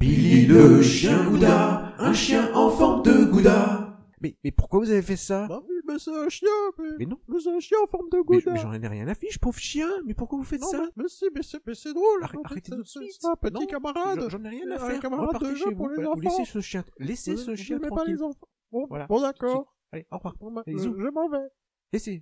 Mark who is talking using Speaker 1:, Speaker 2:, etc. Speaker 1: dit le chien Gouda, un chien en forme de Gouda.
Speaker 2: Mais, mais pourquoi vous avez fait ça
Speaker 3: Bah oui, mais c'est un chien, mais...
Speaker 2: Ah. Mais non.
Speaker 3: Mais c'est un chien en forme de
Speaker 2: Mais,
Speaker 3: gouda.
Speaker 2: mais j'en ai rien à fiche, pauvre chien Mais pourquoi vous faites
Speaker 3: non,
Speaker 2: ça
Speaker 3: mais, mais si, mais c'est, mais c'est drôle.
Speaker 2: Arrête-
Speaker 3: en fait,
Speaker 2: arrêtez
Speaker 3: c'est-
Speaker 2: tout de
Speaker 3: c'est
Speaker 2: suite.
Speaker 3: ça, petit
Speaker 2: Non,
Speaker 3: camarade.
Speaker 2: J'en ai rien à
Speaker 3: Un
Speaker 2: faire.
Speaker 3: Euh, camarade
Speaker 2: Repartez
Speaker 3: de
Speaker 2: chez
Speaker 3: jeu
Speaker 2: vous.
Speaker 3: pour les
Speaker 2: Voilà, vous
Speaker 3: enfants.
Speaker 2: laissez ce chien. Laissez
Speaker 3: Vous-
Speaker 2: ce
Speaker 3: vous
Speaker 2: chien
Speaker 3: aimez pas
Speaker 2: tranquille.
Speaker 3: les enfants. Bon,
Speaker 2: Voilà.
Speaker 3: bon d'accord.
Speaker 2: Allez, au revoir.
Speaker 3: Bon, bah,
Speaker 2: Allez,
Speaker 3: euh,
Speaker 2: zou.
Speaker 3: je m'en vais.
Speaker 2: Laissez.